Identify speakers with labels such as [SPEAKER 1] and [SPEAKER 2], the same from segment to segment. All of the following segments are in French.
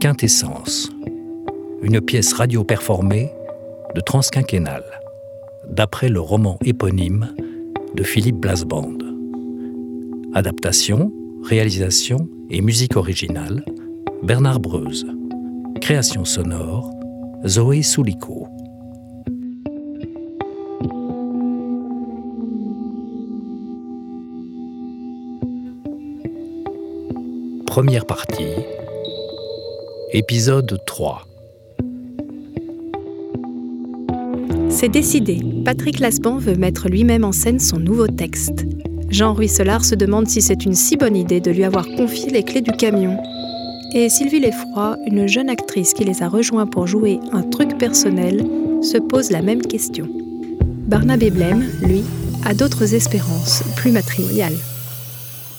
[SPEAKER 1] Quintessence, une pièce radio performée de Transquinquennal, d'après le roman éponyme de Philippe Blasband. Adaptation, réalisation et musique originale, Bernard Breuse. Création sonore, Zoé Soulico. Première partie, épisode 3.
[SPEAKER 2] C'est décidé. Patrick Lasban veut mettre lui-même en scène son nouveau texte. Jean Ruisselard se demande si c'est une si bonne idée de lui avoir confié les clés du camion. Et Sylvie Leffroy, une jeune actrice qui les a rejoints pour jouer un truc personnel, se pose la même question. Barnabé Blême, lui, a d'autres espérances, plus matrimoniales.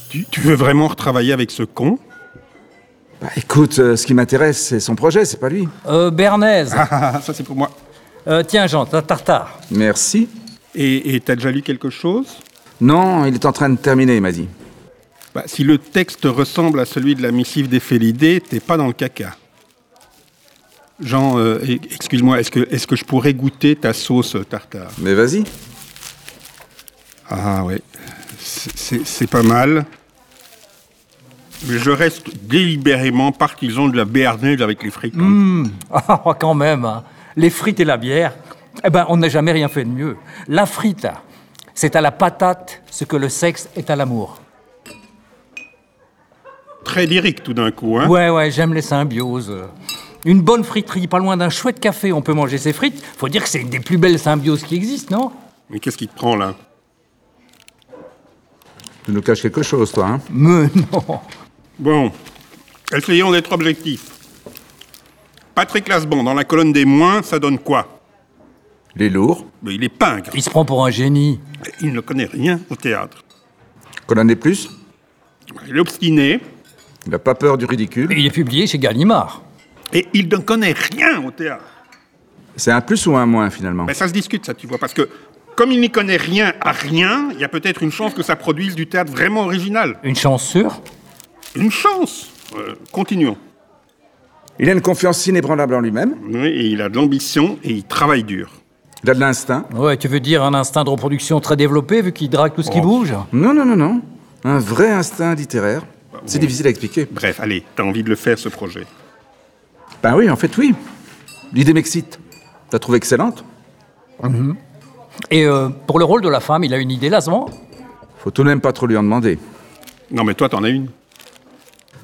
[SPEAKER 3] Tu, tu veux vraiment retravailler avec ce con
[SPEAKER 4] Bah, écoute, euh, ce qui m'intéresse, c'est son projet, c'est pas lui.
[SPEAKER 5] Euh, Bernays.
[SPEAKER 3] Ah, ah, ah, ça c'est pour moi.
[SPEAKER 5] Euh, tiens, Jean, ta tartare.
[SPEAKER 4] Merci.
[SPEAKER 3] Et et t'as déjà lu quelque chose
[SPEAKER 4] Non, il est en train de terminer, il m'a dit.
[SPEAKER 3] Bah, Si le texte ressemble à celui de la missive des Félidés, t'es pas dans le caca. Jean, euh, e- excuse-moi, est-ce que, est que je pourrais goûter ta sauce tartare
[SPEAKER 4] Mais vas-y.
[SPEAKER 3] Ah ouais, c'est- c'est c'est pas mal. Mais je reste délibérément partisan de la béarnaise avec les frites.
[SPEAKER 5] Ah, quand même. hein. Les frites et la bière. Eh ben, on n'a jamais rien fait de mieux. La frite, c'est à la patate ce que le sexe est à l'amour.
[SPEAKER 3] Très lyrique tout d'un coup, hein
[SPEAKER 5] Ouais, ouais, j'aime les symbioses. Une bonne friterie, pas loin d'un chouette café, on peut manger ses frites. Faut dire que c'est une des plus belles symbioses qui existent, non
[SPEAKER 3] Mais qu'est-ce qui te prend là
[SPEAKER 4] Tu nous caches quelque chose, toi, hein
[SPEAKER 5] Mais non.
[SPEAKER 3] Bon, essayons d'être objectifs. Patrick Lasbon, dans la colonne des moins, ça donne quoi
[SPEAKER 4] Il est lourd.
[SPEAKER 3] Mais Il est pingre,
[SPEAKER 5] Il se prend pour un génie.
[SPEAKER 3] il ne connaît rien au théâtre.
[SPEAKER 4] Colonne des plus
[SPEAKER 3] Il est obstiné
[SPEAKER 4] Il n'a pas peur du ridicule.
[SPEAKER 5] Il est publié chez Gallimard.
[SPEAKER 3] et il ne connaît rien au théâtre.
[SPEAKER 4] C'est un plus ou un moins, finalement
[SPEAKER 3] Mais ça se discute, ça, tu vois, parce que comme il n'y connaît rien à rien, il y a peut-être une chance que ça produise du théâtre vraiment original.
[SPEAKER 5] Une chance sûre
[SPEAKER 3] Une chance Euh, Continuons.
[SPEAKER 4] Il a une confiance inébranlable en lui-même.
[SPEAKER 3] Oui, et il a de l'ambition et il travaille dur.
[SPEAKER 4] Il a de l'instinct.
[SPEAKER 5] Ouais, tu veux dire un instinct de reproduction très développé, vu qu'il drague tout
[SPEAKER 3] Oh.
[SPEAKER 5] ce qui bouge
[SPEAKER 4] Non, non, non, non. Un vrai instinct littéraire. C'est difficile à expliquer.
[SPEAKER 3] Bref, allez, t'as envie de le faire, ce projet.
[SPEAKER 4] Ben oui, en fait, oui. L'idée m'excite. Tu la trouvé excellente
[SPEAKER 5] Et euh, pour le rôle de la femme, il a une idée, là, ce moment
[SPEAKER 4] Faut tout de même pas trop lui en demander.
[SPEAKER 3] Non, mais toi, t'en as une.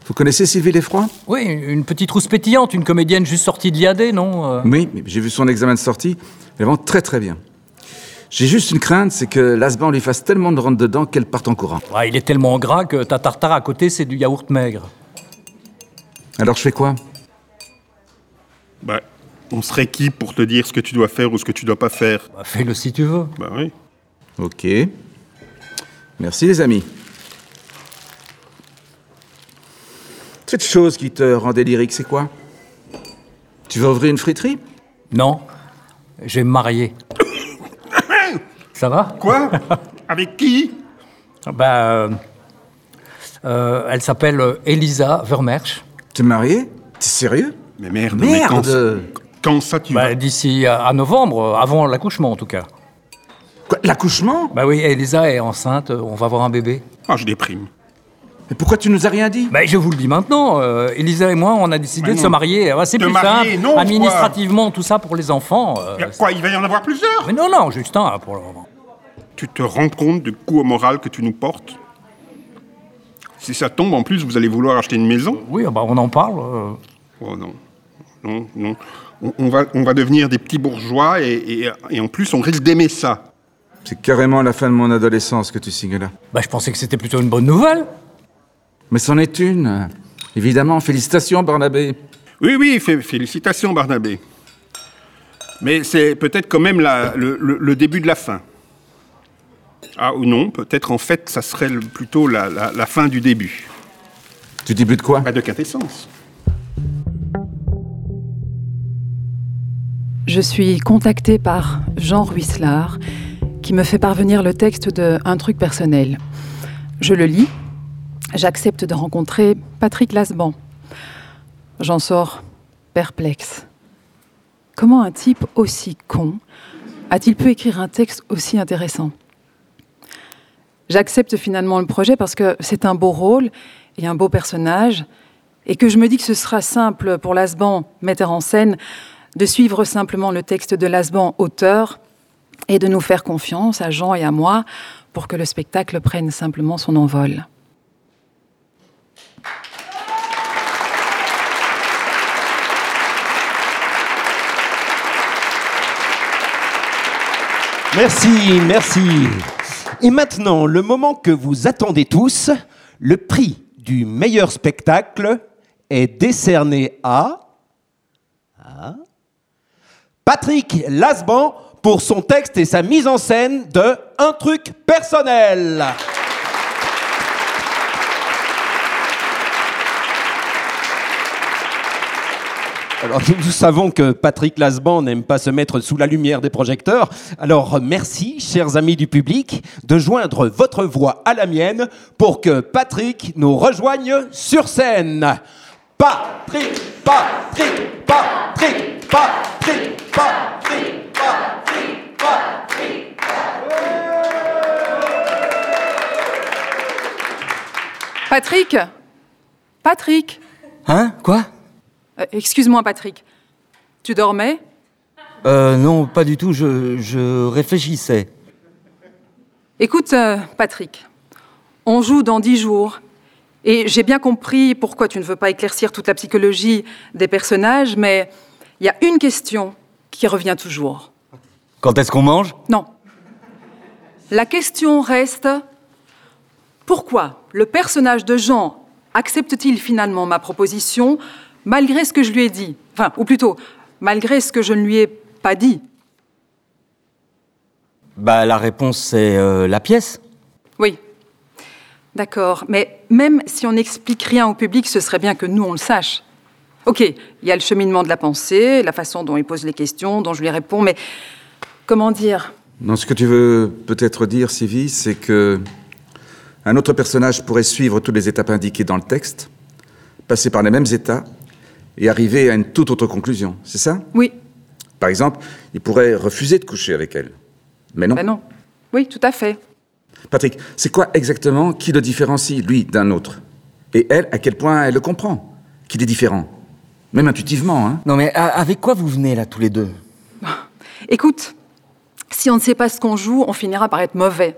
[SPEAKER 4] Vous connaissez Sylvie Leffroy
[SPEAKER 5] Oui, une petite rousse pétillante, une comédienne juste sortie de l'IAD, non euh
[SPEAKER 4] Oui, mais j'ai vu son examen de sortie. Elle vend très très bien. J'ai juste une crainte, c'est que l'Asban lui fasse tellement de rentre dedans qu'elle parte en courant.
[SPEAKER 5] Ouais, Ah, Il est tellement gras que ta tartare à côté, c'est du yaourt maigre.
[SPEAKER 4] Alors je fais quoi
[SPEAKER 3] Bah, on serait qui pour te dire ce que tu dois faire ou ce que tu dois pas faire
[SPEAKER 5] Bah, Fais-le si tu veux.
[SPEAKER 3] Bah oui.
[SPEAKER 4] Ok. Merci les amis. Cette chose qui te rend délirique, c'est quoi Tu veux ouvrir une friterie
[SPEAKER 5] Non, je vais me marier. Ça va
[SPEAKER 3] Quoi Avec qui
[SPEAKER 5] Bah, euh, euh, Elle s'appelle euh, Elisa Vermersch.
[SPEAKER 4] T'es marié T'es sérieux
[SPEAKER 3] Mais merde, mais quand,
[SPEAKER 4] Merde
[SPEAKER 3] quand ça tu
[SPEAKER 5] Bah,
[SPEAKER 3] vas
[SPEAKER 5] D'ici à à novembre, euh, avant l'accouchement en tout cas.
[SPEAKER 4] Quoi, L'accouchement
[SPEAKER 5] Bah oui, Elisa est enceinte, euh, on va avoir un bébé.
[SPEAKER 3] Ah, je déprime.
[SPEAKER 4] Mais pourquoi tu nous as rien dit
[SPEAKER 5] Bah, je vous le dis maintenant, euh, Elisa et moi, on a décidé
[SPEAKER 3] Mais
[SPEAKER 5] de
[SPEAKER 3] non.
[SPEAKER 5] se marier. Ah, bah, c'est
[SPEAKER 3] Te
[SPEAKER 5] plus
[SPEAKER 3] marier,
[SPEAKER 5] simple,
[SPEAKER 3] non, quoi.
[SPEAKER 5] administrativement, tout ça pour les enfants. euh,
[SPEAKER 3] Y a Quoi, il va y en avoir plusieurs
[SPEAKER 5] mais non, non, juste un pour le moment.
[SPEAKER 3] Tu te rends compte du coup au moral que tu nous portes Si ça tombe, en plus, vous allez vouloir acheter une maison
[SPEAKER 5] Oui, ah bah, on en parle. euh.
[SPEAKER 3] Oh non, non, non. On, on va, on va devenir des petits bourgeois et, et- et en plus, on risque d'aimer ça.
[SPEAKER 4] C'est carrément la fin de mon adolescence que tu signes là.
[SPEAKER 5] Bah, je pensais que c'était plutôt une bonne nouvelle.
[SPEAKER 4] Mais c'en est une. Évidemment, félicitations Barnabé.
[SPEAKER 3] Oui, oui, fé- félicitations, Barnabé. Mais c'est peut-être quand même la- le, le- le début de la fin. Ah ou non, peut-être en fait, ça serait le- plutôt la- la- la fin du début.
[SPEAKER 4] Tu débutes quoi
[SPEAKER 3] Pas de quintessence.
[SPEAKER 6] Je suis contactée par Jean Ruisselard, qui me fait parvenir le texte de Un truc personnel. Je le lis. J'accepte de rencontrer Patrick Lasban. J'en sors perplexe. Comment un type aussi con a-t-il pu écrire un texte aussi intéressant J'accepte finalement le projet parce que c'est un beau rôle et un beau personnage, et que je me dis que ce sera simple pour Lasban, metteur en scène, de suivre simplement le texte de Lasban, auteur, et de nous faire confiance à Jean et à moi pour que le spectacle prenne simplement son envol.
[SPEAKER 7] Merci, merci. Et maintenant, le moment que vous attendez tous, le prix du meilleur spectacle est décerné à, à Patrick Lasban pour son texte et sa mise en scène de Un truc personnel. Alors, nous, nous savons que Patrick Lasban n'aime pas se mettre sous la lumière des projecteurs. Alors, merci, chers amis du public, de joindre votre voix à la mienne pour que Patrick nous rejoigne sur scène. Patrick, Patrick, Patrick, Patrick, Patrick, Patrick, Patrick.
[SPEAKER 6] Patrick Patrick
[SPEAKER 5] Hein Quoi
[SPEAKER 6] Euh, Excuse-moi, Patrick. Tu dormais
[SPEAKER 5] euh, Non, pas du tout, je, je réfléchissais.
[SPEAKER 6] Écoute, euh, Patrick, on joue dans dix jours. Et j'ai bien compris pourquoi tu ne veux pas éclaircir toute la psychologie des personnages, mais il y a une question qui revient toujours.
[SPEAKER 5] Quand est-ce qu'on mange
[SPEAKER 6] Non. La question reste pourquoi le personnage de Jean accepte-t-il finalement ma proposition malgré ce que je lui ai dit Enfin, ou plutôt, malgré ce que je ne lui ai pas dit.
[SPEAKER 5] Bah, la réponse, c'est euh, la pièce.
[SPEAKER 6] Oui. D'accord, mais même si on n'explique rien au public, ce serait bien que nous, on le sache. Ok, il y a le cheminement de la pensée, la façon dont il pose les questions, dont je lui réponds, mais comment dire
[SPEAKER 4] Non, ce que tu veux peut-être dire, Sylvie, c'est que un autre personnage pourrait suivre toutes les étapes indiquées dans le texte, passer par les mêmes états et arriver à une toute autre conclusion, c'est ça
[SPEAKER 6] Oui,
[SPEAKER 4] Par exemple, il pourrait refuser de coucher avec elle. Mais non.
[SPEAKER 6] ben non. Oui, tout à fait.
[SPEAKER 4] Patrick, c'est quoi exactement qui le différencie, lui, d'un autre Et elle, à quel point elle le comprend Qu'il est différent Même intuitivement, hein
[SPEAKER 5] Non, mais a- avec quoi vous venez là, tous les deux
[SPEAKER 6] Écoute, si on ne sait pas ce qu'on joue, on finira par être mauvais.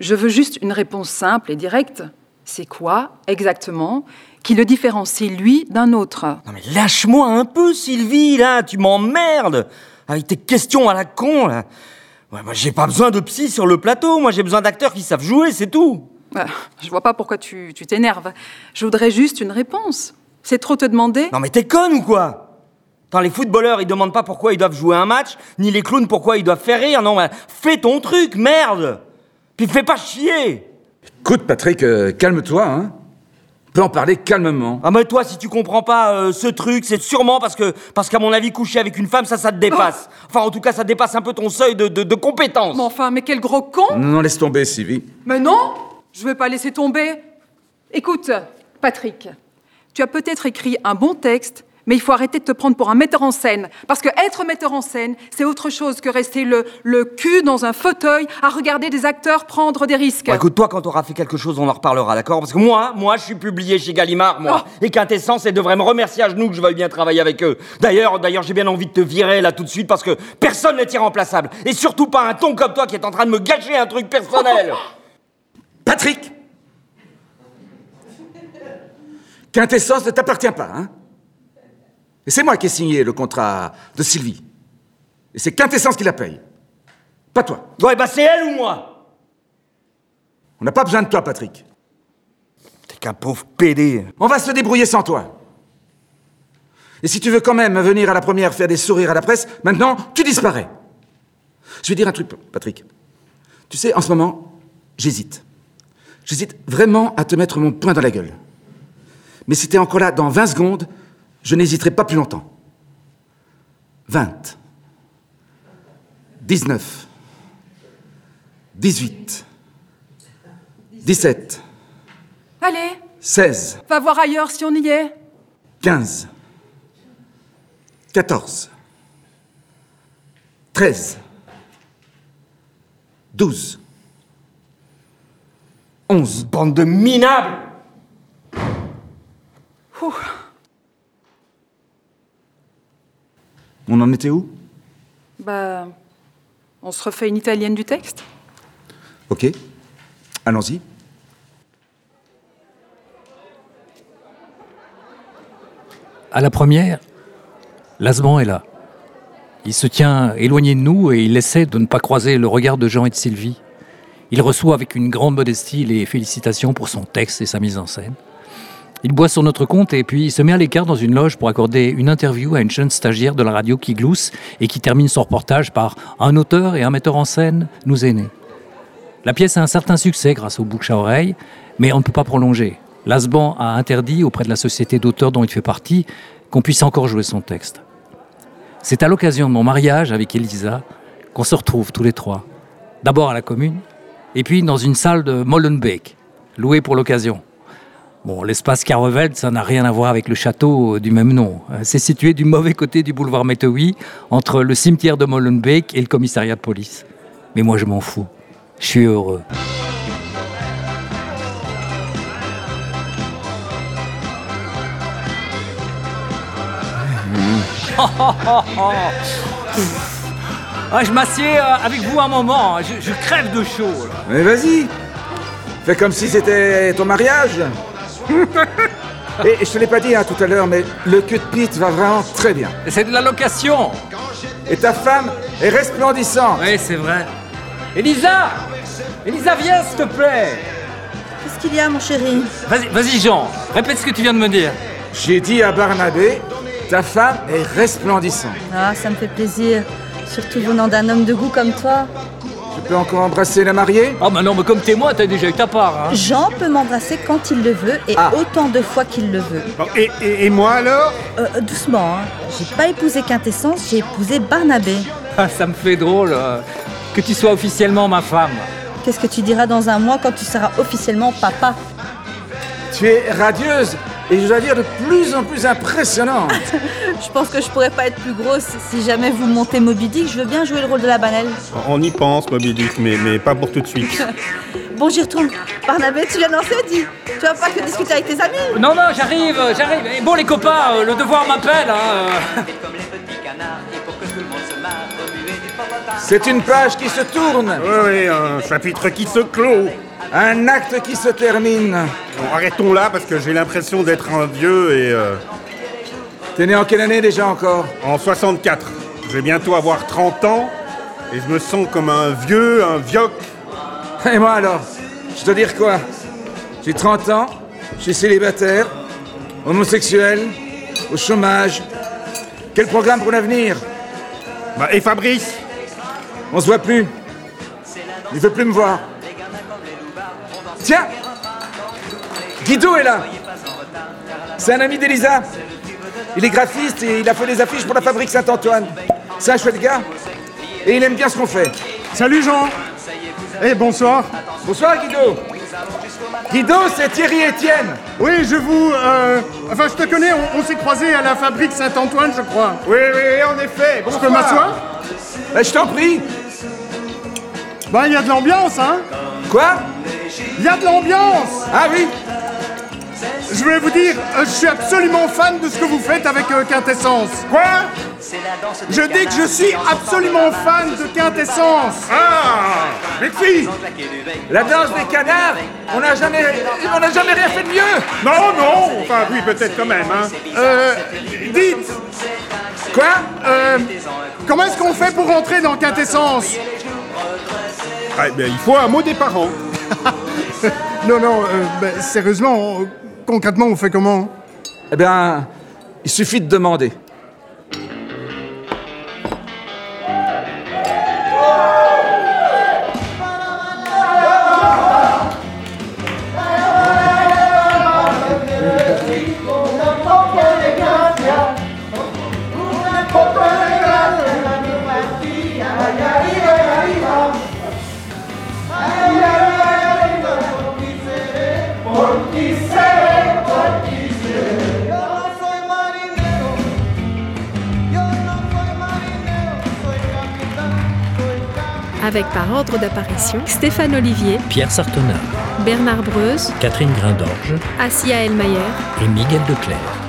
[SPEAKER 6] Je veux juste une réponse simple et directe. C'est quoi, exactement, qui le différencie, lui, d'un autre
[SPEAKER 5] Non, mais lâche-moi un peu, Sylvie, là, tu m'emmerdes Avec tes questions à la con, là. Ouais, moi, j'ai pas besoin de psy sur le plateau, moi, j'ai besoin d'acteurs qui savent jouer, c'est tout.
[SPEAKER 6] Ah, Je vois pas pourquoi tu tu t'énerves. Je voudrais juste une réponse. C'est trop te demander
[SPEAKER 5] Non, mais t'es conne ou quoi Attends, les footballeurs, ils demandent pas pourquoi ils doivent jouer un match, ni les clowns pourquoi ils doivent faire rire, non, mais fais ton truc, merde Puis fais pas chier
[SPEAKER 4] Écoute, Patrick, euh, calme-toi, hein On peut en parler calmement.
[SPEAKER 5] Ah mais toi, si tu comprends pas euh, ce truc, c'est sûrement parce que parce qu'à mon avis, coucher avec une femme, ça, ça te dépasse. Enfin, en tout cas, ça dépasse un peu ton seuil de, de, de compétence.
[SPEAKER 6] Mais enfin, mais quel gros
[SPEAKER 5] Mm.
[SPEAKER 6] con
[SPEAKER 4] Non, non, laisse tomber, Sylvie.
[SPEAKER 6] Mais non Je vais pas laisser tomber. Écoute, Patrick, tu as peut-être écrit un bon texte, mais il faut arrêter de te prendre pour un metteur en scène. Parce que être metteur en scène, c'est autre chose que rester le, le cul dans un fauteuil à regarder des acteurs prendre des risques.
[SPEAKER 5] Bon, Bah, écoute, toi, quand t'auras fait quelque chose, on en reparlera, d'accord Parce que moi, moi, je suis publié chez Gallimard, moi. Et Quintessence, elle devrait me remercier à genoux que je veuille bien travailler avec eux. D'ailleurs, d'ailleurs, j'ai bien envie de te virer là tout de suite parce que personne n'est irremplaçable. Et surtout pas un ton comme toi qui est en train de me gâcher un truc personnel.
[SPEAKER 4] Patrick Quintessence ne t'appartient pas, hein Et c'est moi qui ai signé le contrat de Sylvie. Et c'est Quintessence qui la paye. Pas toi.
[SPEAKER 5] ouais, bah c'est elle ou moi
[SPEAKER 4] On n'a pas besoin de toi, Patrick.
[SPEAKER 5] T'es qu'un pauvre PD.
[SPEAKER 4] On va se débrouiller sans toi. Et si tu veux quand même venir à la première faire des sourires à la presse, maintenant, tu disparais. Je vais dire un truc, Patrick. Tu sais, en ce moment, j'hésite. J'hésite vraiment à te mettre mon poing dans la gueule. Mais si t'es encore là dans 20 secondes, je n'hésiterai pas plus longtemps. 20. 19. 18. 17.
[SPEAKER 6] Allez,
[SPEAKER 4] 16.
[SPEAKER 6] va voir ailleurs si on y est.
[SPEAKER 4] 15, 14, 13, 12, 11.
[SPEAKER 8] Bande de minables
[SPEAKER 4] On en était où
[SPEAKER 6] Bah, on se refait une italienne du texte
[SPEAKER 4] Ok. Allons-y.
[SPEAKER 5] À la première, Lasban est là. Il se tient éloigné de nous et il essaie de ne pas croiser le regard de Jean et de Sylvie. Il reçoit avec une grande modestie les félicitations pour son texte et sa mise en scène. Il boit sur notre compte et puis il se met à l'écart dans une loge pour accorder une interview à une jeune stagiaire de la radio qui glousse et qui termine son reportage par Un auteur et un metteur en scène nous est né. La pièce a un certain succès grâce aux bouches à oreille, mais on ne peut pas prolonger. L'ASBAN a interdit auprès de la société d'auteurs dont il fait partie qu'on puisse encore jouer son texte. C'est à l'occasion de mon mariage avec Elisa qu'on se retrouve tous les trois. D'abord à la commune, et puis dans une salle de Molenbeek, louée pour l'occasion. Bon, l'espace Carrevel, ça n'a rien à voir avec le château du même nom. Euh, C'est situé du mauvais côté du boulevard Métoui, entre le cimetière de Molenbeek et le commissariat de police. Mais moi, je m'en fous. Je suis heureux. Ah, je m'assieds euh, avec vous un moment. hein. Je, crève de chaud.
[SPEAKER 4] Mais vas-y Fais comme si c'était ton mariage Et je te l'ai pas dit hein, tout à l'heure, mais le cul de pite va vraiment très bien.
[SPEAKER 5] C'est de la location.
[SPEAKER 4] Et ta femme est resplendissante
[SPEAKER 5] Oui, c'est vrai. Elisa Elisa, viens, s'il te plaît
[SPEAKER 9] Qu'est-ce qu'il y a, mon chéri
[SPEAKER 5] Vas-y, vas-y, Jean. Répète ce que tu viens de me dire.
[SPEAKER 4] J'ai dit à Barnabé, ta femme est resplendissante.
[SPEAKER 9] Ah, ça me fait plaisir. Surtout venant d'un homme de goût comme toi.
[SPEAKER 4] Je peux encore embrasser la mariée
[SPEAKER 5] Ah, bah non, mais comme témoin, t'as déjà eu ta part. Hein.
[SPEAKER 9] Jean peut m'embrasser quand il le veut et
[SPEAKER 4] Ah.
[SPEAKER 9] autant de fois qu'il le veut.
[SPEAKER 3] Bon, et, et- et moi alors
[SPEAKER 9] Euh, euh, doucement, hein. J'ai pas épousé Quintessence, j'ai épousé Barnabé.
[SPEAKER 5] Ah, ça me fait drôle euh, que tu sois officiellement ma femme.
[SPEAKER 9] Qu'est-ce que tu diras dans un mois quand tu seras officiellement papa
[SPEAKER 4] Tu es radieuse et je dois dire de plus en plus impressionnante.
[SPEAKER 9] Je pense que je pourrais pas être plus grosse si jamais vous montez Moby Dick. Je veux bien jouer le rôle de la banale.
[SPEAKER 3] On y pense, Moby Dick, mais, mais pas pour tout de suite.
[SPEAKER 9] Bon, j'y retourne. Barnabé, tu viens danser, dis. Tu vas pas que discuter avec tes amis.
[SPEAKER 5] Non, non, j'arrive, j'arrive. Et bon, les copains, euh, le devoir m'appelle. hein, euh.
[SPEAKER 4] C'est une page qui se tourne,
[SPEAKER 3] Oui, oui, un chapitre qui se clôt.
[SPEAKER 4] un acte qui se termine.
[SPEAKER 3] Bon, arrêtons là parce que j'ai l'impression d'être un vieux et euh,
[SPEAKER 4] T'es né en quelle année déjà encore
[SPEAKER 3] en 64. Je vais bientôt avoir 30 ans et je me sens comme un vieux, un vioque.
[SPEAKER 4] Et moi alors Je dois dire quoi J'ai 30 ans, je suis célibataire, homosexuel, au chômage. Quel programme pour l'avenir
[SPEAKER 3] Bah, et Fabrice
[SPEAKER 4] On se voit plus. Il veut plus me voir. Tiens Guido est là C'est un ami d'Elisa. Il est graphiste et il a fait des affiches pour la fabrique Saint-Antoine. C'est un chouette gars. Et il aime bien ce qu'on fait.
[SPEAKER 3] Salut Jean Eh bonsoir
[SPEAKER 4] Bonsoir Guido Guido, c'est Thierry Etienne
[SPEAKER 3] Oui, je vous. euh, enfin, je te connais, on, on s'est croisés à la fabrique Saint-Antoine, je crois. Oui, oui, en effet. Je peux m'asseoir
[SPEAKER 4] Bah, Je t'en prie
[SPEAKER 3] Bah, il y a de l'ambiance, hein
[SPEAKER 4] Quoi
[SPEAKER 3] Il y a de l'ambiance
[SPEAKER 4] Ah oui
[SPEAKER 3] Je vais vous dire, euh, je suis absolument fan de ce que vous faites avec euh, Quintessence. Quoi Je dis que je suis absolument fan de Quintessence. Ah Mais si
[SPEAKER 4] La danse des canards On n'a jamais, on n'a jamais rien fait de mieux
[SPEAKER 3] Non, non Enfin, oui, peut-être quand même, hein. Euh, dites,
[SPEAKER 4] Quoi
[SPEAKER 3] euh, comment est-ce qu'on fait pour rentrer dans Quintessence Ah, ben, il faut un mot des parents. non, non, euh, Ben, sérieusement, concrètement, on fait comment
[SPEAKER 4] Eh bien, il suffit de demander.
[SPEAKER 10] Yo soy marinero, yo
[SPEAKER 2] avec par ordre d'apparition Stéphane Olivier,
[SPEAKER 1] Pierre Sartona,
[SPEAKER 2] Bernard Breuse,
[SPEAKER 1] Catherine Grindorge
[SPEAKER 2] Assia Elmayer,
[SPEAKER 1] et Miguel Declerc.